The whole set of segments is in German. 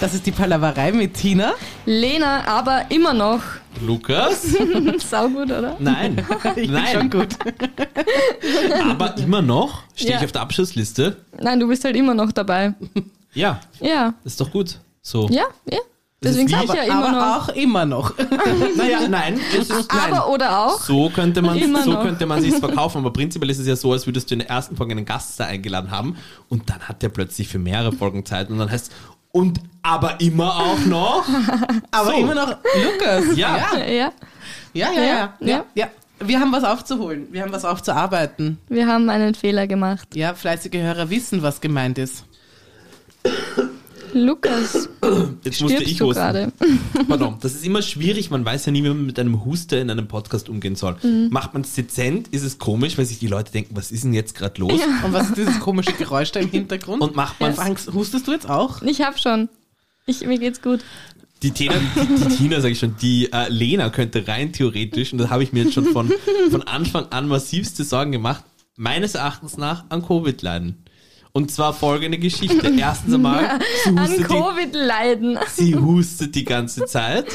Das ist die Palaverei mit Tina. Lena, aber immer noch. Lukas? Sau gut, oder? Nein. Ich Nein. Bin schon gut. Aber immer noch stehe Ja. ich auf der Abschlussliste. Nein, du bist halt immer noch dabei. Ja, Ja, das ist doch gut. So. ja, ja. Deswegen sage ich ja immer aber auch noch. immer noch. Naja, nein, das ist nein. aber oder auch. so könnte man Immer so noch. könnte man sich verkaufen, aber prinzipiell ist es ja so, als würdest du in der ersten Folge einen Gast da eingeladen haben und dann hat der plötzlich für mehrere Folgen Zeit und dann heißt und aber immer auch noch. Aber So. immer noch Lukas. Ja. Ja, Ja, ja, ja, ja, Ja, ja, ja. Wir haben was aufzuholen. Wir haben was aufzuarbeiten. wir haben einen Fehler gemacht. Ja, fleißige Hörer wissen, was gemeint ist. Lukas, Jetzt musste stirbst ich du husten. gerade? Pardon, das ist immer schwierig. Man weiß ja nie, wie man mit einem Huster in einem Podcast umgehen soll. Mhm. Macht man es dezent, ist es komisch, weil sich die Leute denken, was ist denn jetzt gerade los? Und was ist dieses komische Geräusch da im Hintergrund? Und macht man Franks, hustest du jetzt auch? Ich hab schon. Ich, mir geht's gut. Die Tina, die, die Tina sage ich schon, die äh, Lena könnte rein theoretisch, und da habe ich mir jetzt schon von, von Anfang an massivste Sorgen gemacht, meines Erachtens nach an Covid leiden. Und zwar folgende Geschichte. Erstens einmal, sie An hustet, die, Covid leiden. sie hustet die ganze Zeit.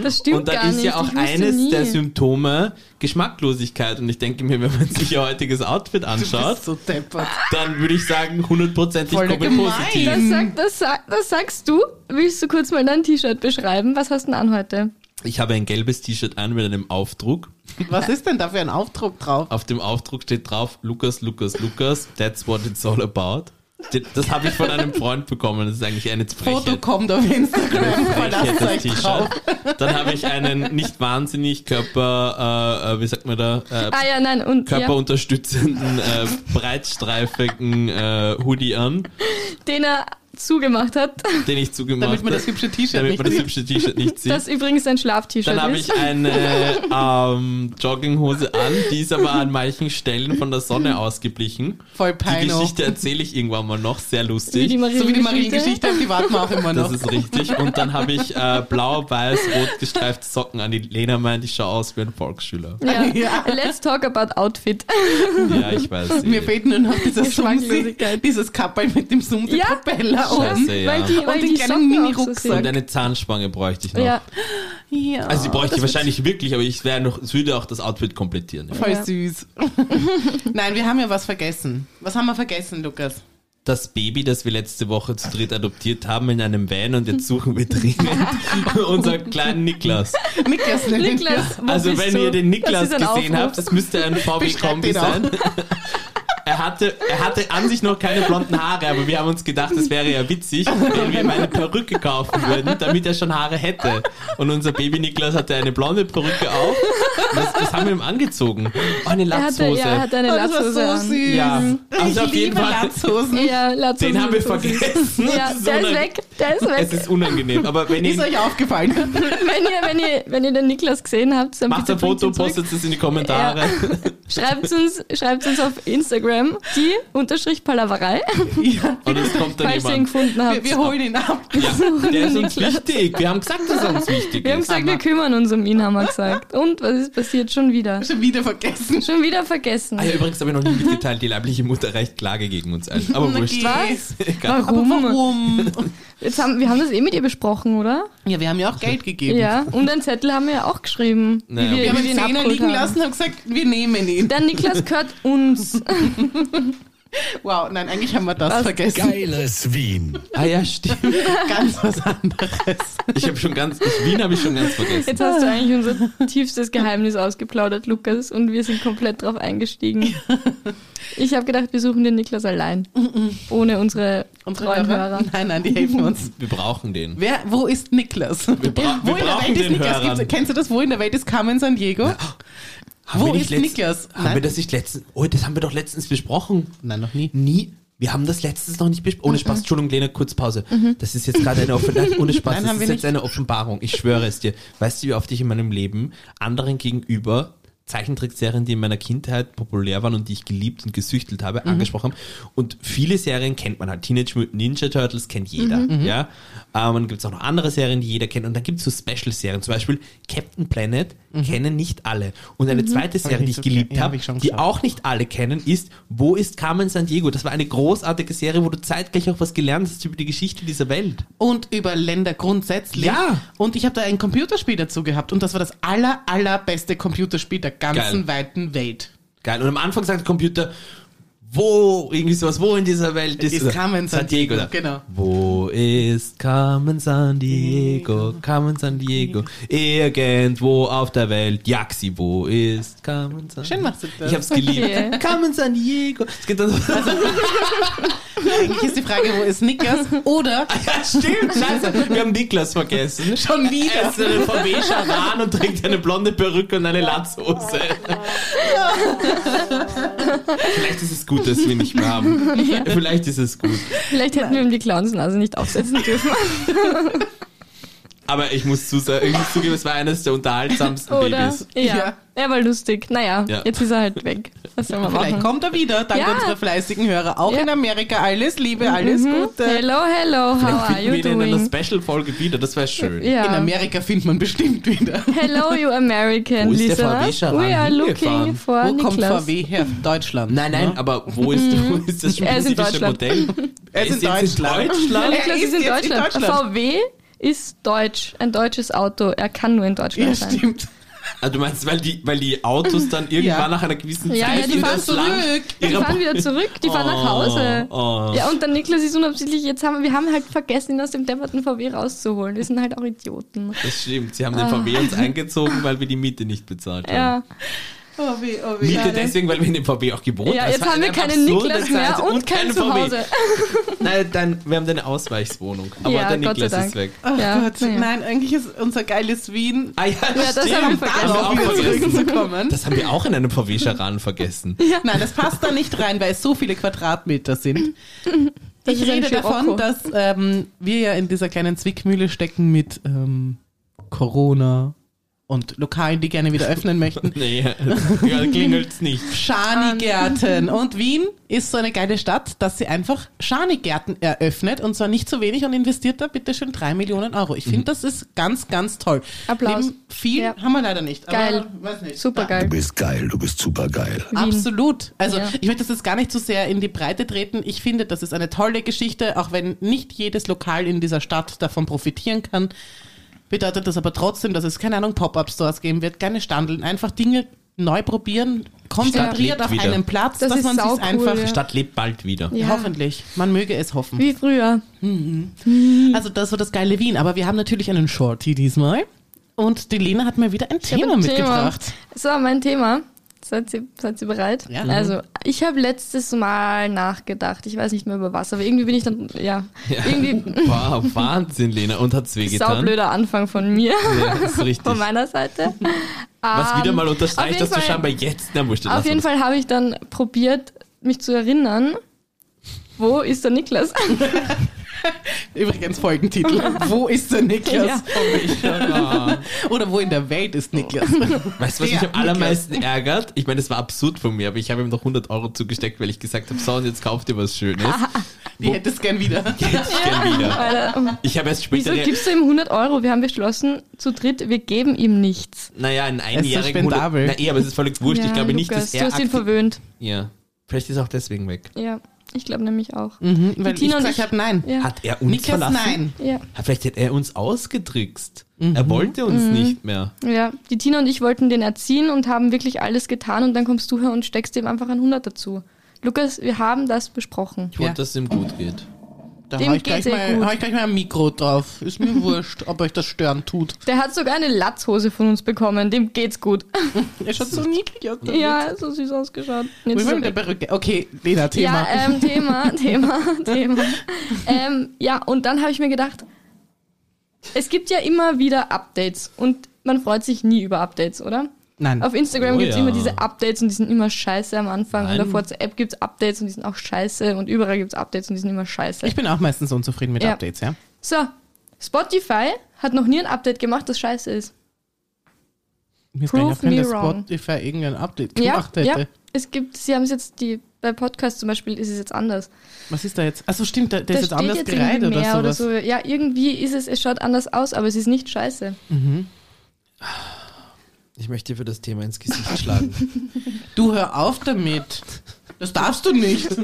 Das stimmt Hm? Und da Mhm. gar ist nicht. ja auch ich wusste eines nie. der Symptome Geschmacklosigkeit. Und ich denke mir, wenn man sich ihr heutiges Outfit Du anschaut, bist so deppert. dann würde ich sagen, hundertprozentig Voll Covid gemein. positiv. Das, sag, das, sag, das sagst du. Willst du kurz mal dein T-Shirt beschreiben? Was hast du denn an heute? Ich habe ein gelbes T-Shirt an mit einem Aufdruck. Was ist denn da für ein Aufdruck drauf? Auf dem Aufdruck steht drauf, Lukas, Lukas, Lukas, that's what it's all about. Das habe ich von einem Freund bekommen, das ist eigentlich eine Foto Frechheit. kommt auf Instagram. Frechheit, das euch drauf. T-Shirt. Dann habe ich einen nicht wahnsinnig Körper, äh, äh, wie sagt man da, äh, Ah ja, nein, und ja, körperunterstützenden, äh, breitstreifigen äh, Hoodie an, den er zugemacht hat. den ich zugemacht Damit man das hübsche T-Shirt damit nicht man das sieht. hübsche T-Shirt nicht sieht. Das übrigens ein Schlaf-T-Shirt Dann habe ist. ich eine ähm, Jogginghose an, die ist aber an manchen Stellen von der Sonne ausgeblichen. Voll Die Peino. Geschichte erzähle ich irgendwann mal noch, sehr Wie lustig. So wie die die Mariengeschichte. Mariengeschichte, auf die warten wir auch immer noch. Das ist richtig. Und dann habe ich äh, blau, weiß, rot gestreifte Socken an. Die Lena meint, ich schaue aus wie ein Volksschüler. Ja. Ja. Let's talk about Outfit. Ja, ich weiß. eh. Mir fehlt nur noch dieses, Schwanz, Schmacklosigkeit. dieses Kappel mit dem Zoom, die Ja. Propeller Scheiße, oben. ja. Weil die, weil den die kleinen Socken auch Mini-Rucksack. So Und sind. eine Zahnspange bräuchte ich noch. ja, Ja. Also die bräuchte ich wahrscheinlich wirklich, aber ich wäre noch, es würde auch das Outfit komplettieren. Ja. Voll Ja. süß. Nein, wir haben ja was vergessen. Was haben wir vergessen, Lukas? Das Baby, das wir letzte Woche zu dritt adoptiert haben in einem Van und jetzt suchen wir dringend unseren kleinen Niklas. Niklas, Niklas, wo also bist wenn du? ihr den Niklas Das ist ein gesehen Aufruf. habt, das müsste ein VW-Kombi Beschreibt ihn auch. sein. Er hatte, er hatte an sich noch keine blonden Haare, aber wir haben uns gedacht, es wäre ja witzig, wenn wir ihm eine Perücke kaufen würden, damit er schon Haare hätte. Und unser Baby Niklas hatte eine blonde Perücke auf. Und Das, das haben wir ihm angezogen. Oh, eine er hatte, Latzhose. ja, er hatte eine Oh, das war Latzhose so an. süß. Ja. Also ich auf liebe jeden Fall. Latzhosen. Ja, Latzhose. Den haben wir so süß. vergessen. Ja, Das ist der ist unang- weg, der ist Es weg. ist unangenehm, aber wenn Ist ihr euch aufgefallen? Wenn ihr, wenn, ihr, wenn ihr den Niklas gesehen habt, dann macht bitte ein bringt Foto, ihn zurück. postet es in die Kommentare. Schreibt uns, schreibt uns auf Instagram die unterstrich Palaverei, ja. Und es kommt dann falls ihr ihn jemand. gefunden habt. wir, wir holen ihn ab. Ja, der ist uns Niklas. wichtig. Wir haben gesagt, dass er uns wichtig Wir haben ist. gesagt, wir kümmern uns um ihn, haben wir gesagt. Und was ist passiert? Schon wieder. Schon wieder vergessen. Schon wieder vergessen. Ah ja, übrigens habe ich noch nie mitgeteilt, die leibliche Mutter reicht Klage gegen uns ein. Aber Na, wurscht. geh. Was? Egal. Warum? Warum? Jetzt haben, wir haben das eh mit ihr besprochen, oder? Ja, wir haben ja auch Geld gegeben. Ja. Und einen Zettel haben wir ja auch geschrieben. Naja, wie Wir wir, haben wie ihn wir ihn Zehner abgeholt liegen haben. lassen und haben gesagt, wir nehmen ihn. Der Niklas gehört uns. Wow, nein, eigentlich haben wir das, Was vergessen. Geiles Wien. Ah ja, stimmt. Ganz was anderes. Ich habe schon ganz, ich, Wien habe ich schon ganz vergessen. Jetzt hast du eigentlich unser tiefstes Geheimnis ausgeplaudert, Lukas, und wir sind komplett drauf eingestiegen. Ich habe gedacht, wir suchen den Niklas allein. Ohne unsere, Unsere treuen Hörer? Hörer. Nein, nein, die helfen uns. Wir brauchen den. Wer, wo ist Niklas? Wir, bra wir wo in der brauchen Welt ist den Niklas? Hörern. Gibt's, kennst du das? Wo in der Welt ist Carmen San Diego? Haben wo wir nicht ist letzt- Niklas? Haben Nein. wir das nicht letztens, oh, das haben wir doch letztens besprochen. Nein, noch nie. Nie. Wir haben das letztens noch nicht besprochen. Ohne Mhm. Spaß, Entschuldigung, Lena, kurz Pause. Das ist jetzt gerade eine Offenbarung. Ohne Spaß, Nein, das haben ist wir jetzt eine Offenbarung. Ich schwöre es dir. Weißt du, wie oft ich in meinem Leben anderen gegenüber Zeichentrickserien, die in meiner Kindheit populär waren und die ich geliebt und gesüchtelt habe, Mhm. angesprochen haben. Und viele Serien kennt man halt. Teenage Mutant Ninja Turtles kennt jeder. Mhm. Ja? Ähm, dann gibt es auch noch andere Serien, die jeder kennt. Und dann gibt es so Special-Serien. Zum Beispiel Captain Planet Mhm. kennen nicht alle. Und eine zweite Serie, die nicht ich so geliebt kenn- ja, hab habe, ich schon die geschaut. auch nicht alle kennen, ist Wo ist Carmen San Diego? Das war eine großartige Serie, wo du zeitgleich auch was gelernt hast über die Geschichte dieser Welt. Und über Länder grundsätzlich. Ja. Und ich habe da ein Computerspiel dazu gehabt. Und das war das aller, allerbeste Computerspiel der ganzen Geil. weiten Welt. Geil. Und am Anfang sagt der Computer, wo, irgendwie sowas, wo in dieser Welt ist, Ist oder Carmen San Diego, genau. Wo ist Carmen San Diego? Carmen San Diego. Irgendwo auf der Welt. Jaxi, wo ist Carmen San Schön machst du das. Also, Ich hab's geliebt. Okay. Carmen San Diego. Es gibt dann so, Eigentlich ist die Frage, wo ist Nickers? Oder ja, stimmt, scheiße. Wir haben Niklas vergessen. schon Er wieder. ist eine VW-Scharan und trägt eine blonde Perücke und eine Latzhose. Vielleicht ist es gut, dass wir nicht mehr haben. Vielleicht ist es gut. Vielleicht hätten wir ihm die Clownsnase nicht aufsetzen dürfen. Aber ich muss, zu, ich muss zugeben, es war eines der unterhaltsamsten Oder? Babys. Ja. Ja. Er war lustig. Naja, Ja. jetzt ist er halt weg. Was soll man mhm. Vielleicht machen? kommt er wieder, dank Ja. unserer fleißigen Hörer. Auch Ja. in Amerika alles Liebe, alles Gute. Hello, hello, how are Finden wir you ihn in einer doing? Special-Folge wieder, das wäre schön. In Ja. Amerika findet man bestimmt wieder. Hello, you American, Wo ist Lisa. der VW-Scharan We are hingefahren? looking for Wo kommt Niklas. VW her? Deutschland. ne? Nein, nein, Ja. aber wo ist, wo ist das Mhm. Er ist in spezifische Deutschland. Modell? Er Äh, ist in Deutschland. Ja, Deutschland? Er Niklas ist ist in jetzt in Deutschland. Deutschland. VW ist deutsch, ein deutsches Auto. Er kann nur in Deutschland Ja, sein. stimmt. Ah, du meinst, weil die, weil die Autos dann irgendwann Ja. nach einer gewissen Zeit Ja, ja, die in fahren das Land zurück. Die ihrer fahren wieder zurück, die fahren nach Hause. Oh, oh. Ja, und der Niklas ist unabsichtlich, jetzt haben wir haben halt vergessen, ihn aus dem depperten VW rauszuholen. Wir sind halt auch Idioten. Das stimmt, sie haben den VW uns eingezogen, weil wir die Miete nicht bezahlt haben. Ah. Ja, Oh, wie, oh, wie. Miete deswegen, weil wir in dem VW auch gewohnt ja Das jetzt war haben wir eine keinen absurde Niklas mehr Zeit und, kein keinen VW. Zuhause. Nein, dann, wir haben deine Ausweichswohnung, aber Ja, der Gott sei Niklas Dank. ist weg. Oh Ja, Gott, naja. nein, eigentlich ist unser geiles Wien Ah ja, das stimmt. haben wir vergessen. Haben wir darauf auch wieder vergessen. zurückzukommen. Das haben wir auch in einem VW-Scharan vergessen. Nein, das passt da nicht rein, weil es so viele Quadratmeter sind. Das ich ist ein rede Schiokko. davon, dass ähm, wir ja in dieser kleinen Zwickmühle stecken mit ähm, Corona und Lokalen, die gerne wieder öffnen möchten. Nee, ja, klingelt's nicht. Schanigärten. Und Wien ist so eine geile Stadt, dass sie einfach Schanigärten eröffnet und zwar nicht zu wenig und investiert da bitte schön drei Millionen Euro. Ich finde, das ist ganz, ganz toll. Mhm. Applaus. Neben viel Ja. haben wir leider nicht. aber Geil. weiß nicht. Super Ja. Du geil. bist geil, du bist super geil. Absolut. Also Ja. ich möchte das jetzt gar nicht so sehr in die Breite treten. Ich finde, das ist eine tolle Geschichte, auch wenn nicht jedes Lokal in dieser Stadt davon profitieren kann. Bedeutet das aber trotzdem, dass es keine Ahnung Pop-up-Stores geben wird, keine Standeln, einfach Dinge neu probieren, konzentriert lebt auf wieder. einen Platz, Das dass ist man sich saucool, einfach ja. Die Stadt lebt bald wieder. Ja. Hoffentlich. Man möge es hoffen. Wie früher. Also das war das geile Wien. Aber wir haben natürlich einen Shorty diesmal. Und die Lena hat mir wieder ein Ich hab Thema ein mitgebracht. So, mein Thema. Seid ihr, seid ihr bereit? Ja. Also, ich habe letztes Mal nachgedacht. Ich weiß nicht mehr über was, aber irgendwie bin ich dann, ja, Ja. irgendwie Wow, Wahnsinn, Lena. Und hat's wehgetan? saublöder Anfang von mir, Ja, ist richtig. von meiner Seite. Was wieder Ähm, mal Oh auf unterstreicht, jeden dass du Fall- scheinbar jetzt... Na, wurscht, Auf lass jeden uns. Fall habe ich dann probiert, mich zu erinnern, wo ist der Niklas? Übrigens Folgentitel. Wo ist der Niklas? Ja. Oder wo in der Welt ist Niklas? Weißt du, was Ja, mich am allermeisten ärgert? Ich meine, das war absurd von mir, aber ich habe ihm noch 100 Euro zugesteckt, weil ich gesagt habe, so, und jetzt kauft ihr was Schönes. Die hätte es gern wieder. Jetzt gern wieder. Alter, Ich habe erst ähm, Wieso später... gibst du ihm 100 Euro? Wir haben beschlossen, zu dritt, wir geben ihm nichts. naja, einen so einjährigen... spendabel. Na, eh, aber es ist völlig wurscht. ich Ja, glaube nicht, Lukas, dass er... Du hast ihn aktiv- verwöhnt. ja. Vielleicht ist er auch deswegen weg. Ja, ich glaube nämlich auch. Weil Tina ich und gesagt ich- habe, nein. Ja. Mhm. Hat er uns Niklas, verlassen? nein. ja. Ah, Vielleicht hat er uns ausgetrickst. Mhm. Er wollte uns nicht mehr. Ja, die Tina und ich wollten den erziehen und haben wirklich alles getan und dann kommst du her und steckst ihm einfach ein 100 dazu. Lukas, wir haben das besprochen. Ich wollte, Ja. dass es ihm gut geht. Da Dem hau ich, geht's gleich eh mal, gut. hau ich gleich mal ein Mikro drauf. Ist mir wurscht, ob euch das stören tut. Der hat sogar eine Latzhose von uns bekommen, dem geht's gut. Er schaut so niedlich ne? aus. ja, so süß ausgeschaut. Jetzt Wo ist ist er mit der weg. Perücke? Okay, Lena, Thema. Ja, ähm, Thema, Thema, Thema. Ähm, ja, und dann habe ich mir gedacht, es gibt ja immer wieder Updates und man freut sich nie über Updates, oder? Nein. Auf Instagram Oh gibt's ja. immer diese Apps und die sind immer scheiße am Anfang. Nein. Und auf WhatsApp gibt's Updates und die sind auch scheiße. Und überall gibt's Updates und die sind immer scheiße. ich bin auch meistens unzufrieden mit Ja. Updates, ja. So, Spotify hat noch nie ein Update gemacht, das scheiße ist. Mir ist gar nicht Prove me aufgefallen, dass wrong. Spotify irgendein Update Ja, gemacht hätte. ja, es gibt, sie haben es jetzt, die, bei Podcasts zum Beispiel ist es jetzt anders. Was ist da jetzt? Achso, stimmt, der, der Da ist jetzt steht anders irgendwie gereiht oder mehr sowas. so. Ja, irgendwie ist es, es schaut anders aus, aber es ist nicht scheiße. Ich möchte dir für das Thema ins Gesicht schlagen. Du hör auf damit. Das darfst du nicht.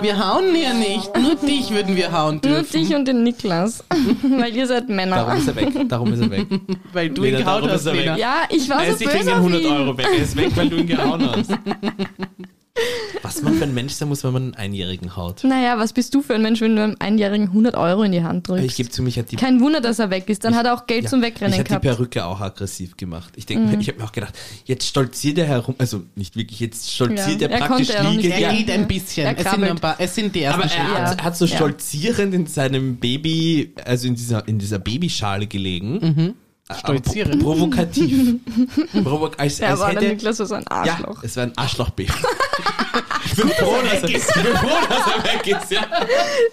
Wir hauen hier nicht. Nur dich würden wir hauen Nur dürfen. dich und den Niklas, weil ihr seid Darum Männer. ist er weg. Darum ist er weg. weil du Lena, ihn gehauen darum hast, ist er weg. Lena. Ja, ich war Er so ist die kriegen böse auf 100 ihn. Euro weg. Er ist weg, weil du ihn gehauen hast. Was man für ein Mensch sein muss, wenn man einen Einjährigen haut. Naja, was bist du für ein Mensch, wenn du einem Einjährigen 100 Euro in die Hand drückst? Ich gebe zu, mich hat die, Kein Wunder, dass er weg ist. Dann hat er auch Geld ja, zum mich Wegrennen hat die gehabt. Mhm. Perücke auch aggressiv gemacht. Ich denke, mir, ich habe mir auch gedacht, jetzt stolziert er herum, also nicht wirklich, jetzt stolziert Ja, er er praktisch konnte ja noch liegend. nicht Er Ja. geht ein bisschen. Er es, sind nur ein krabbelt. paar, es sind die ersten Aber Schritte. er Ja. hat, hat so Ja. stolzierend in seinem Baby, also in dieser, in dieser Babyschale gelegen. Aber Stolzierend. Pro provokativ. Provo als, Der als war der hätte, Niklas so ein ja, Arschloch. es war ein Arschlochbaby. ich, bin froh, dass er, ich bin froh, dass er weg ist. Ja.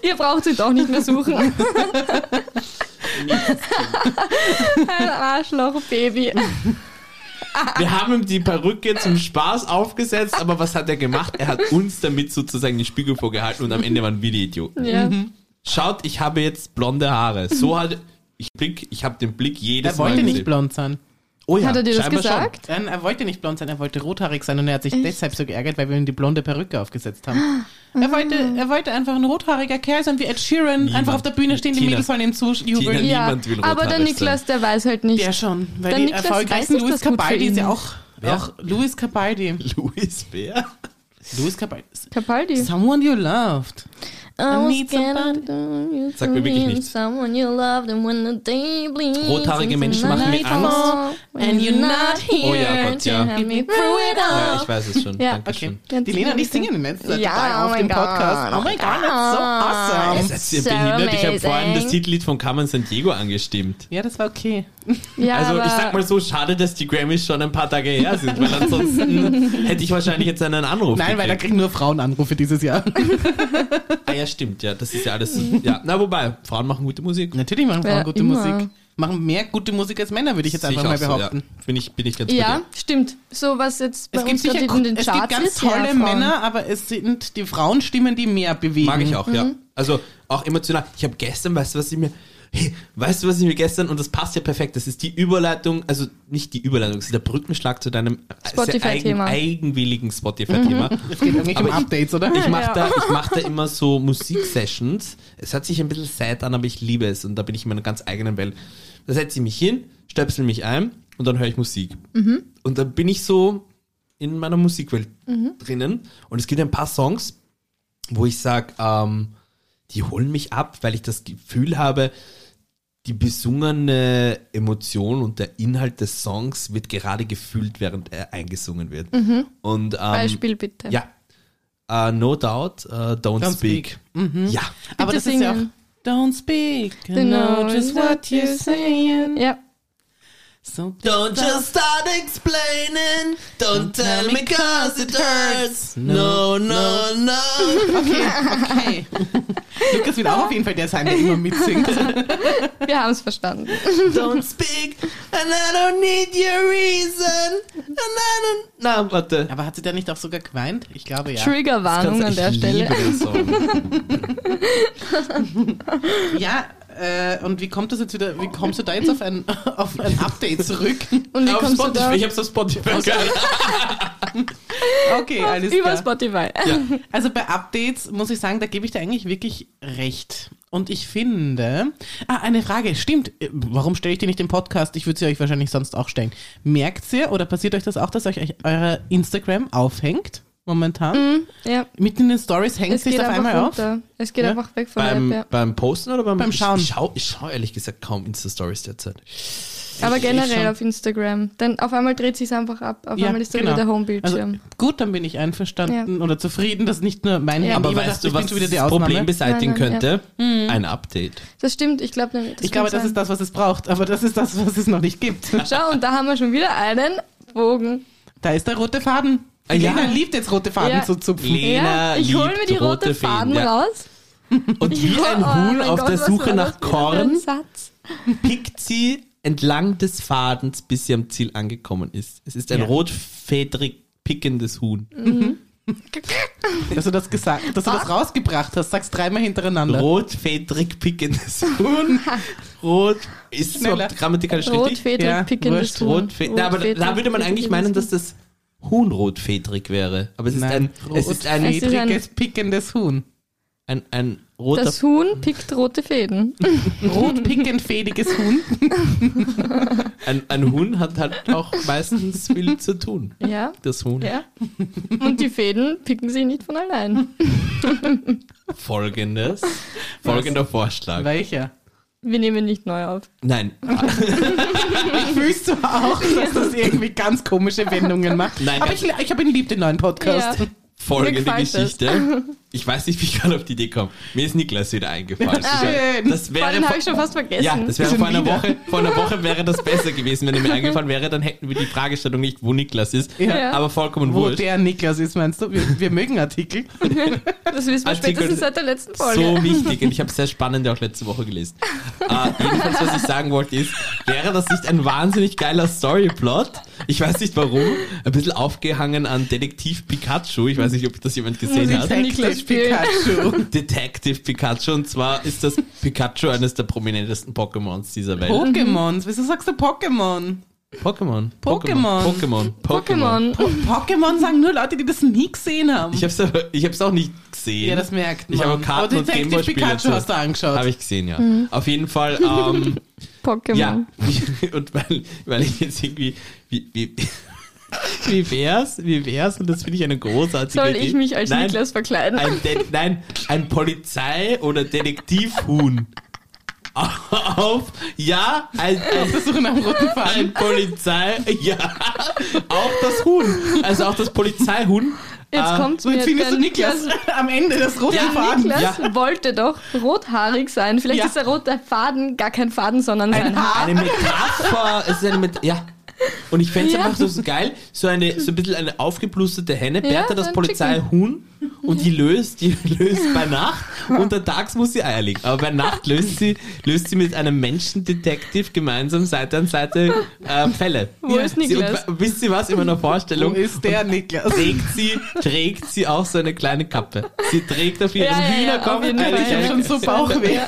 Ihr braucht sie doch nicht mehr suchen. ein Arschloch-Baby. Wir haben ihm die Perücke zum Spaß aufgesetzt, aber was hat er gemacht? Er hat uns damit sozusagen den Spiegel vorgehalten und am Ende waren wir die Idioten. Ja. Schaut, ich habe jetzt blonde Haare. So hat ich Blick, ich habe den Blick jedes Er Mal wollte nicht gesehen. blond sein. Oh ja, Hat er dir das scheinbar schon. gesagt? Nein, er wollte nicht blond sein, er wollte rothaarig sein und er hat sich deshalb so geärgert, weil wir ihm die blonde Perücke aufgesetzt haben. Er wollte, er wollte einfach ein rothaariger Kerl sein wie Ed Sheeran, einfach auf der Bühne stehen, die Tina. Mädels sollen ihm zujubeln. Tina. Ja, Niemand will aber der rothaarig Niklas, der weiß halt nicht. Der schon, weil Der die Niklas erfolgreichsten weiß, dass Louis das gut für Capaldi ihn ist ja ist. auch, Wer? auch Louis Capaldi. Louis Bär? Louis Capaldi. Capaldi. Someone you loved. need somebody. Sag mir wirklich nichts. nichts. Rothaarige Menschen machen mir Angst. And you're not here Oh ja, Gott, ja. Ja, ich ja. weiß es schon. Ja. Dankeschön. Okay. Ganz Die Lena und ich sicher. singen in letzter Zeit Ja, dabei auf oh dem mein Gott. Ah. Podcast. Oh mein Gott, that's so awesome. Seid ihr So behindert? Ich habe vorhin das amazing. Titellied von Carmen Sandiego angestimmt. Ja, das war okay. Ja, Also ich aber- sag mal so, schade, dass die Grammys schon ein paar Tage her sind, weil ansonsten hätte ich wahrscheinlich jetzt einen Anruf Nein, weil da gekriegt. kriegen nur Frauen Anrufe dieses Jahr. Ah ja, stimmt, ja, das ist ja alles, ja. Na wobei, Frauen machen gute Musik. Natürlich machen Frauen Ja, gute immer. Musik. Machen mehr gute Musik als Männer, würde ich jetzt Sehe einfach mal auch so, behaupten. ja. Bin ich, bin ich ganz bei Ja, dir. stimmt. So was jetzt bei Es gibt uns sicher gerade in den es Charts gibt ganz ist, tolle ja, Frauen. Männer, aber es sind die Frauenstimmen, die mehr bewegen. Mag ich auch, Mhm. ja. Also auch emotional. Ich habe gestern, weißt du, was ich mir. Hey, weißt du, was ich mir gestern, und das passt ja perfekt, das ist die Überleitung, also nicht die Überleitung, das ist der Brückenschlag zu deinem äh, Spotify-Thema. Mhm. eigen, eigenwilligen Spotify-Thema. Es geht eigentlich um Aber ich- Updates, oder? Ich mache Ja. da, ich mach da immer so Musiksessions. Es hört sich ein bisschen sad an, aber ich liebe es und da bin ich in meiner ganz eigenen Welt. Da setze ich mich hin, stöpsel mich ein und dann höre ich Musik. Mhm. Und dann bin ich so in meiner Musikwelt Mhm. drinnen und es gibt ein paar Songs, wo ich sage, ähm, die holen mich ab, weil ich das Gefühl habe, die besungene Emotion und der Inhalt des Songs wird gerade gefühlt, während er eingesungen wird. Und, ähm, Mhm. Beispiel bitte. ja. Uh, no doubt, uh, don't, Don't speak. Mhm. speak. Ja. aber das Bitte ist ja singen. auch. Don't speak. I They know know just what that you're you- saying. Ja. So Don't just start explaining. Don't tell me cause it hurts. No, no, no. Okay. Lukas wird auch auf jeden Fall der sein, der immer mitsingt. Wir haben es verstanden. Don't speak. And I don't need your reason. And I don't. Na, warte. Aber hat sie da nicht auch sogar geweint? Ich glaube ja. Triggerwarnung an ich der Stelle. Liebe den Song. Ja, äh, und wie kommt das jetzt wieder, wie kommst du da jetzt auf ein, auf ein Update zurück? Und wie auf kommst du Spotify, da? ich hab's auf Spotify gehört. Okay, alles Über klar. Spotify. Also bei Updates muss ich sagen, da gebe ich dir eigentlich wirklich recht. Und ich finde, ah, eine Frage, stimmt, äh, warum stelle ich die nicht im Podcast? Ich würde sie euch wahrscheinlich sonst auch stellen. Merkt ihr oder passiert euch das auch, dass euch euch eure Instagram aufhängt Mhm. momentan? Ja. Mitten in den Stories hängt Es sich geht auf einfach einmal auf? runter. Es geht Ja. einfach weg von beim, der App. beim Posten oder beim, Beim Schauen. Ich, ich schaue ich schau ehrlich gesagt kaum Insta-Stories derzeit. Ja. eh Aber schon. generell auf Instagram. Denn auf einmal dreht sich's einfach ab. Auf Ja, einmal ist da genau. wieder der Also, Homebildschirm. gut, dann bin ich einverstanden oder zufrieden, dass nicht nur mein Ja. Handy Aber immer weißt sagt, du, ich was bin schon wieder die das Problem Ausnahme. beseitigen Nein, nein, könnte? Ein Update. das stimmt, ich glaube nämlich. Ich glaube, das ist das, was es braucht, aber das ist das, was es noch nicht gibt. das. Schau, und da haben wir schon wieder einen Bogen. Da ist der rote Faden. Ah, ja. Lena liebt jetzt rote Faden Ja. zu zupfen. Le- Lena ja, ich hole liebt mir die rote, rote Fäden, Faden ja. raus. Und wie Ich- ein oh Huhn mein auf Gott, der was Suche war nach das wieder für ein Korn Satz. pickt sie entlang des Fadens, bis sie am Ziel angekommen ist. Es ist ein Ja. rotfederig pickendes Huhn. Dass du das gesagt, dass du Ah. das rausgebracht hast, sagst dreimal hintereinander. Rotfederig pickendes Huhn. Rot. Ist es Schneller. überhaupt grammatikalisch richtig? Rotfedrig, Ja, wurscht. pickendes Huhn. Rotfederig. Na, aber da Rotfedrig, würde man eigentlich pickendes meinen, Huhn. dass das Huhn rotfederig wäre. Aber es ist Nein, ein, es ist ein, Es ist ein- rotfedriges, pickendes Huhn. ein, ein roter Das Huhn pickt rote Fäden. Rotpickendfädiges Huhn. Ein, ein Huhn hat halt auch meistens viel zu tun. Ja. Das Huhn. Ja. Und die Fäden picken sich nicht von allein. Folgendes. Folgender Vorschlag. Welcher? Wir nehmen nicht neu auf. Nein, Fühlst du auch, dass das irgendwie ganz komische Wendungen macht? Nein, aber ganz- ich, ich habe ihn lieb, den neuen Podcast. Ja. Mir folgende gefällt das. Geschichte. Ich weiß nicht, wie ich gerade auf die Idee komme. Mir ist Niklas wieder eingefallen. Ah, schön. Das Vor wäre den vor- habe ich schon fast vergessen. ja, das wäre Schon vor einer, wieder. Woche, vor einer Woche wäre das besser gewesen, wenn er mir eingefallen wäre, dann hätten wir die Fragestellung nicht, wo Niklas ist, Ja. aber vollkommen Wo wurscht. der Niklas ist, meinst du? Wir, wir mögen Artikel. das wissen wir Artikel- spätestens seit der letzten Folge. So wichtig und ich habe sehr spannende auch letzte Woche gelesen. Äh, jedenfalls, was ich sagen wollte, ist, wäre das nicht ein wahnsinnig geiler Storyplot? Ich weiß nicht warum. Ein bisschen aufgehangen an Detektiv Pikachu. Ich weiß nicht, ob das jemand gesehen hat. Detective Niklas spielen. Pikachu. Detective Pikachu. Und zwar ist das Pikachu eines der prominentesten Pokémons dieser Welt. Pokémons, wieso sagst du Pokémon? Pokémon. Pokémon. Pokémon. Pokémon. Pokémon. Po Pokémon sagen nur Leute, die das nie gesehen haben. Ich hab's, aber- ich hab's auch nicht gesehen. ja, das merkt man. Ich habe Karten Aber und Detective Gameboy-Spiele Pikachu dazu. hast du angeschaut. Habe ich gesehen, ja. Auf jeden Fall, ähm, Pokémon. Ja, und weil, weil ich jetzt irgendwie, wie, wie, wie wär's, wie wär's, und das finde ich eine großartige Soll Idee. ich mich als nein, Niklas verkleiden? Ein De nein, ein Polizei- oder Detektivhuhn. Auf, ja, ein, auf ein, der Suche nach dem roten Faden. ein Polizei, ja, auch das Huhn, also auch das Polizeihuhn. Jetzt äh, kommt So, jetzt findest du Niklas äh, am Ende das rote Ja, Faden. Niklas Ja. wollte doch rothaarig sein. Vielleicht Ja. ist der rote Faden gar kein Faden, sondern sein Haar. Eine Metapher. es ist eine Met ja. Und ich fände es Ja. einfach so- so geil, so, eine, so ein bisschen eine aufgeblusterte Henne, Ja, Bertha so das ein Polizeihuhn und die löst, die löst bei Nacht und tags muss sie Eier legen. Aber bei Nacht löst sie, löst sie mit einem Menschendetektiv gemeinsam Seite an Seite äh, Fälle. Wo ist Sie, und, Niklas? wa- wisst ihr was in meiner Wo Vorstellung? ist der Niklas? Trägt sie, trägt sie auch so eine kleine Kappe. Sie trägt auf ihrem Ja, ja, ja, auf Hühnerkopf jeden eine Fall, Ich habe kleine ja. schon so Bauchweh.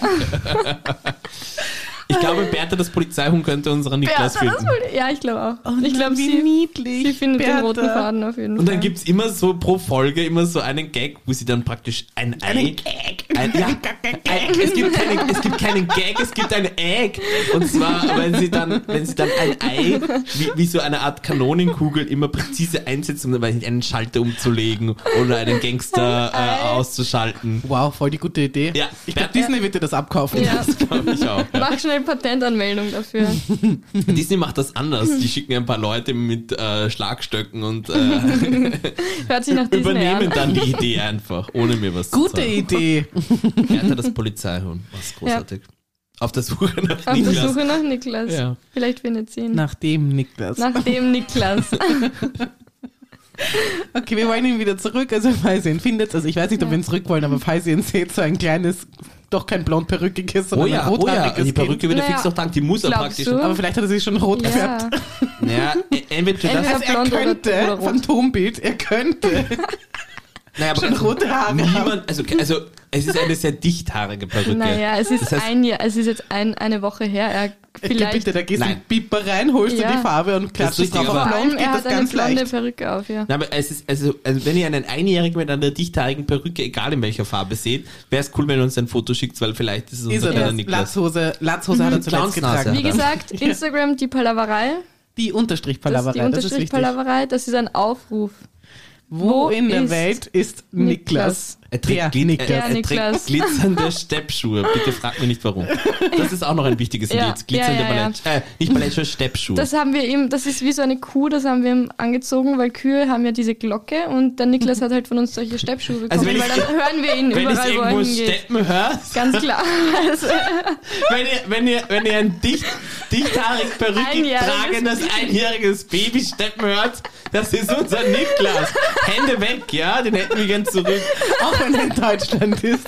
Ich glaube, Bertha das Polizeihuhn könnte unseren Niklas Oh Bertha, das finden. wollte- ja, ich glaube auch. ich glaube, Oh wie sie, niedlich. sie findet Bertha. den roten Faden auf jeden Fall. Und dann gibt's immer so pro Folge immer so einen Gag, wo sie dann praktisch ein Ei. Einen Gag. Ein, ja, ein, es, gibt keinen, es gibt keinen Gag, es gibt ein Egg. Und zwar, wenn sie dann, wenn sie dann ein Ei wie, wie so eine Art Kanonenkugel immer präzise einsetzt, um dann weiß ich nicht, einen Schalter umzulegen oder einen Gangster äh, auszuschalten. Wow, voll die gute Idee. Ja, ich glaube, Bertha- Disney wird dir das abkaufen. ja. Glaub ich auch. Mach schnell Patentanmeldung dafür. Äh, Disney macht das anders. Die schicken ein paar Leute mit äh, Schlagstöcken und äh, Hört sich nach Disney übernehmen an. dann die Idee einfach, ohne mir was zu Gute sagen. Idee. Bertha das Polizeihuhn. Was großartig. Auf der Suche nach Auf der Niklas. Suche nach Niklas. Ja. Vielleicht findet sie ihn. Nach dem Niklas. Nach dem Niklas. Okay, wir wollen ihn wieder zurück. Also falls ihr ihn findet, also ich weiß nicht, ob wir ihn zurück wollen, aber falls ihr ihn seht, so ein kleines, doch kein blond-perückiges, Oh sondern ein ja, oh ja, rothaariges die Perücke Kind. wieder Naja. fix noch dank, die muss er Glaubst praktisch. du? Aber vielleicht hat er sich schon rot gefärbt. ja. Naja, e- entweder das. Entweder- Also er Blond oder- könnte, oder rot. Phantombild, er könnte Naja, aber schon ganz- rote Haare haben. niemand, also, also es ist eine sehr dichthaarige Perücke. Naja, es ist Das heißt- Äh, ein Jahr, es ist jetzt ein, eine Woche her. Er Okay, vielleicht Äh, bitte, da gehst du Nein. in den Piper rein, holst Ja. dir die Farbe und klatscht es richtig, drauf. Auf aber- vor blond allem geht er das hat eine ganz blonde leicht. Perücke auf, ja. Na, aber es ist, also, also wenn ihr einen Einjährigen mit einer dichthaarigen Perücke, egal in welcher Farbe, seht, wäre es cool, wenn ihr uns ein Foto schickt, weil vielleicht ist es Ist unser er kleiner das? Niklas. Mhm. Latzhose, Latzhose hat er zuletzt Clownsnase. getragen. Wie gesagt, Instagram, die Palaverei. Die Das ist die Unterstrich-Palaverei, das ist wichtig. Unterstrich-Palaverei. Das ist ein Aufruf. Wo in der ist Welt ist Niklas? Er trägt, Der Glit Niklas. er, er Niklas. trägt glitzernde Steppschuhe. Bitte fragt mich nicht warum. Das ist auch noch ein wichtiges Ja, Indiz. Glitzernde ja, ja, ja. Ballett, äh, nicht Ballettschuhe, Steppschuhe. Das haben wir ihm, das ist wie so eine Kuh, das haben wir ihm angezogen, weil Kühe haben ja diese Glocke und der Niklas hat halt von uns solche Steppschuhe bekommen, Also wenn weil ich- dann hören wir ihn wenn ich überall, wo er irgendwo hingeht. steppen höre, Ganz klar. Also, wenn ihr, wenn ihr, wenn ihr ein dicht, dichthaarig perückig Einjähriges tragendes, einjähriges Baby steppen hört, das ist unser Niklas. Hände weg, ja, den hätten wir gern zurück. Auch wenn er in Deutschland ist.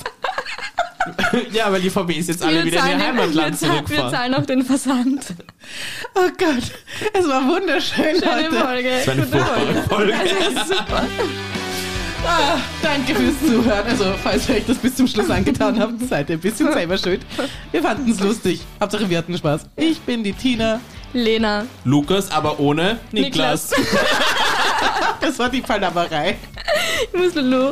Ja, weil die VBs jetzt alle wir wieder in zahlen ihr ihm- wir Heimatland zahlen- Wir zurückfahren. zahlen auch den Versand. Oh Gott, es war wunderschön Schöne heute. Folge. war eine Gute furchtbare Folge. Das ist super. Ah, danke fürs Zuhören. Also, falls ihr euch das bis zum Schluss angetan habt, seid ihr ein bisschen selber schuld. Wir fanden es lustig. Hauptsache, wir hatten Spaß. Ich bin die Tina. Lena. Lukas, aber ohne Niklas. Niklas. Das war die Palaverei. Ich muss Lulu.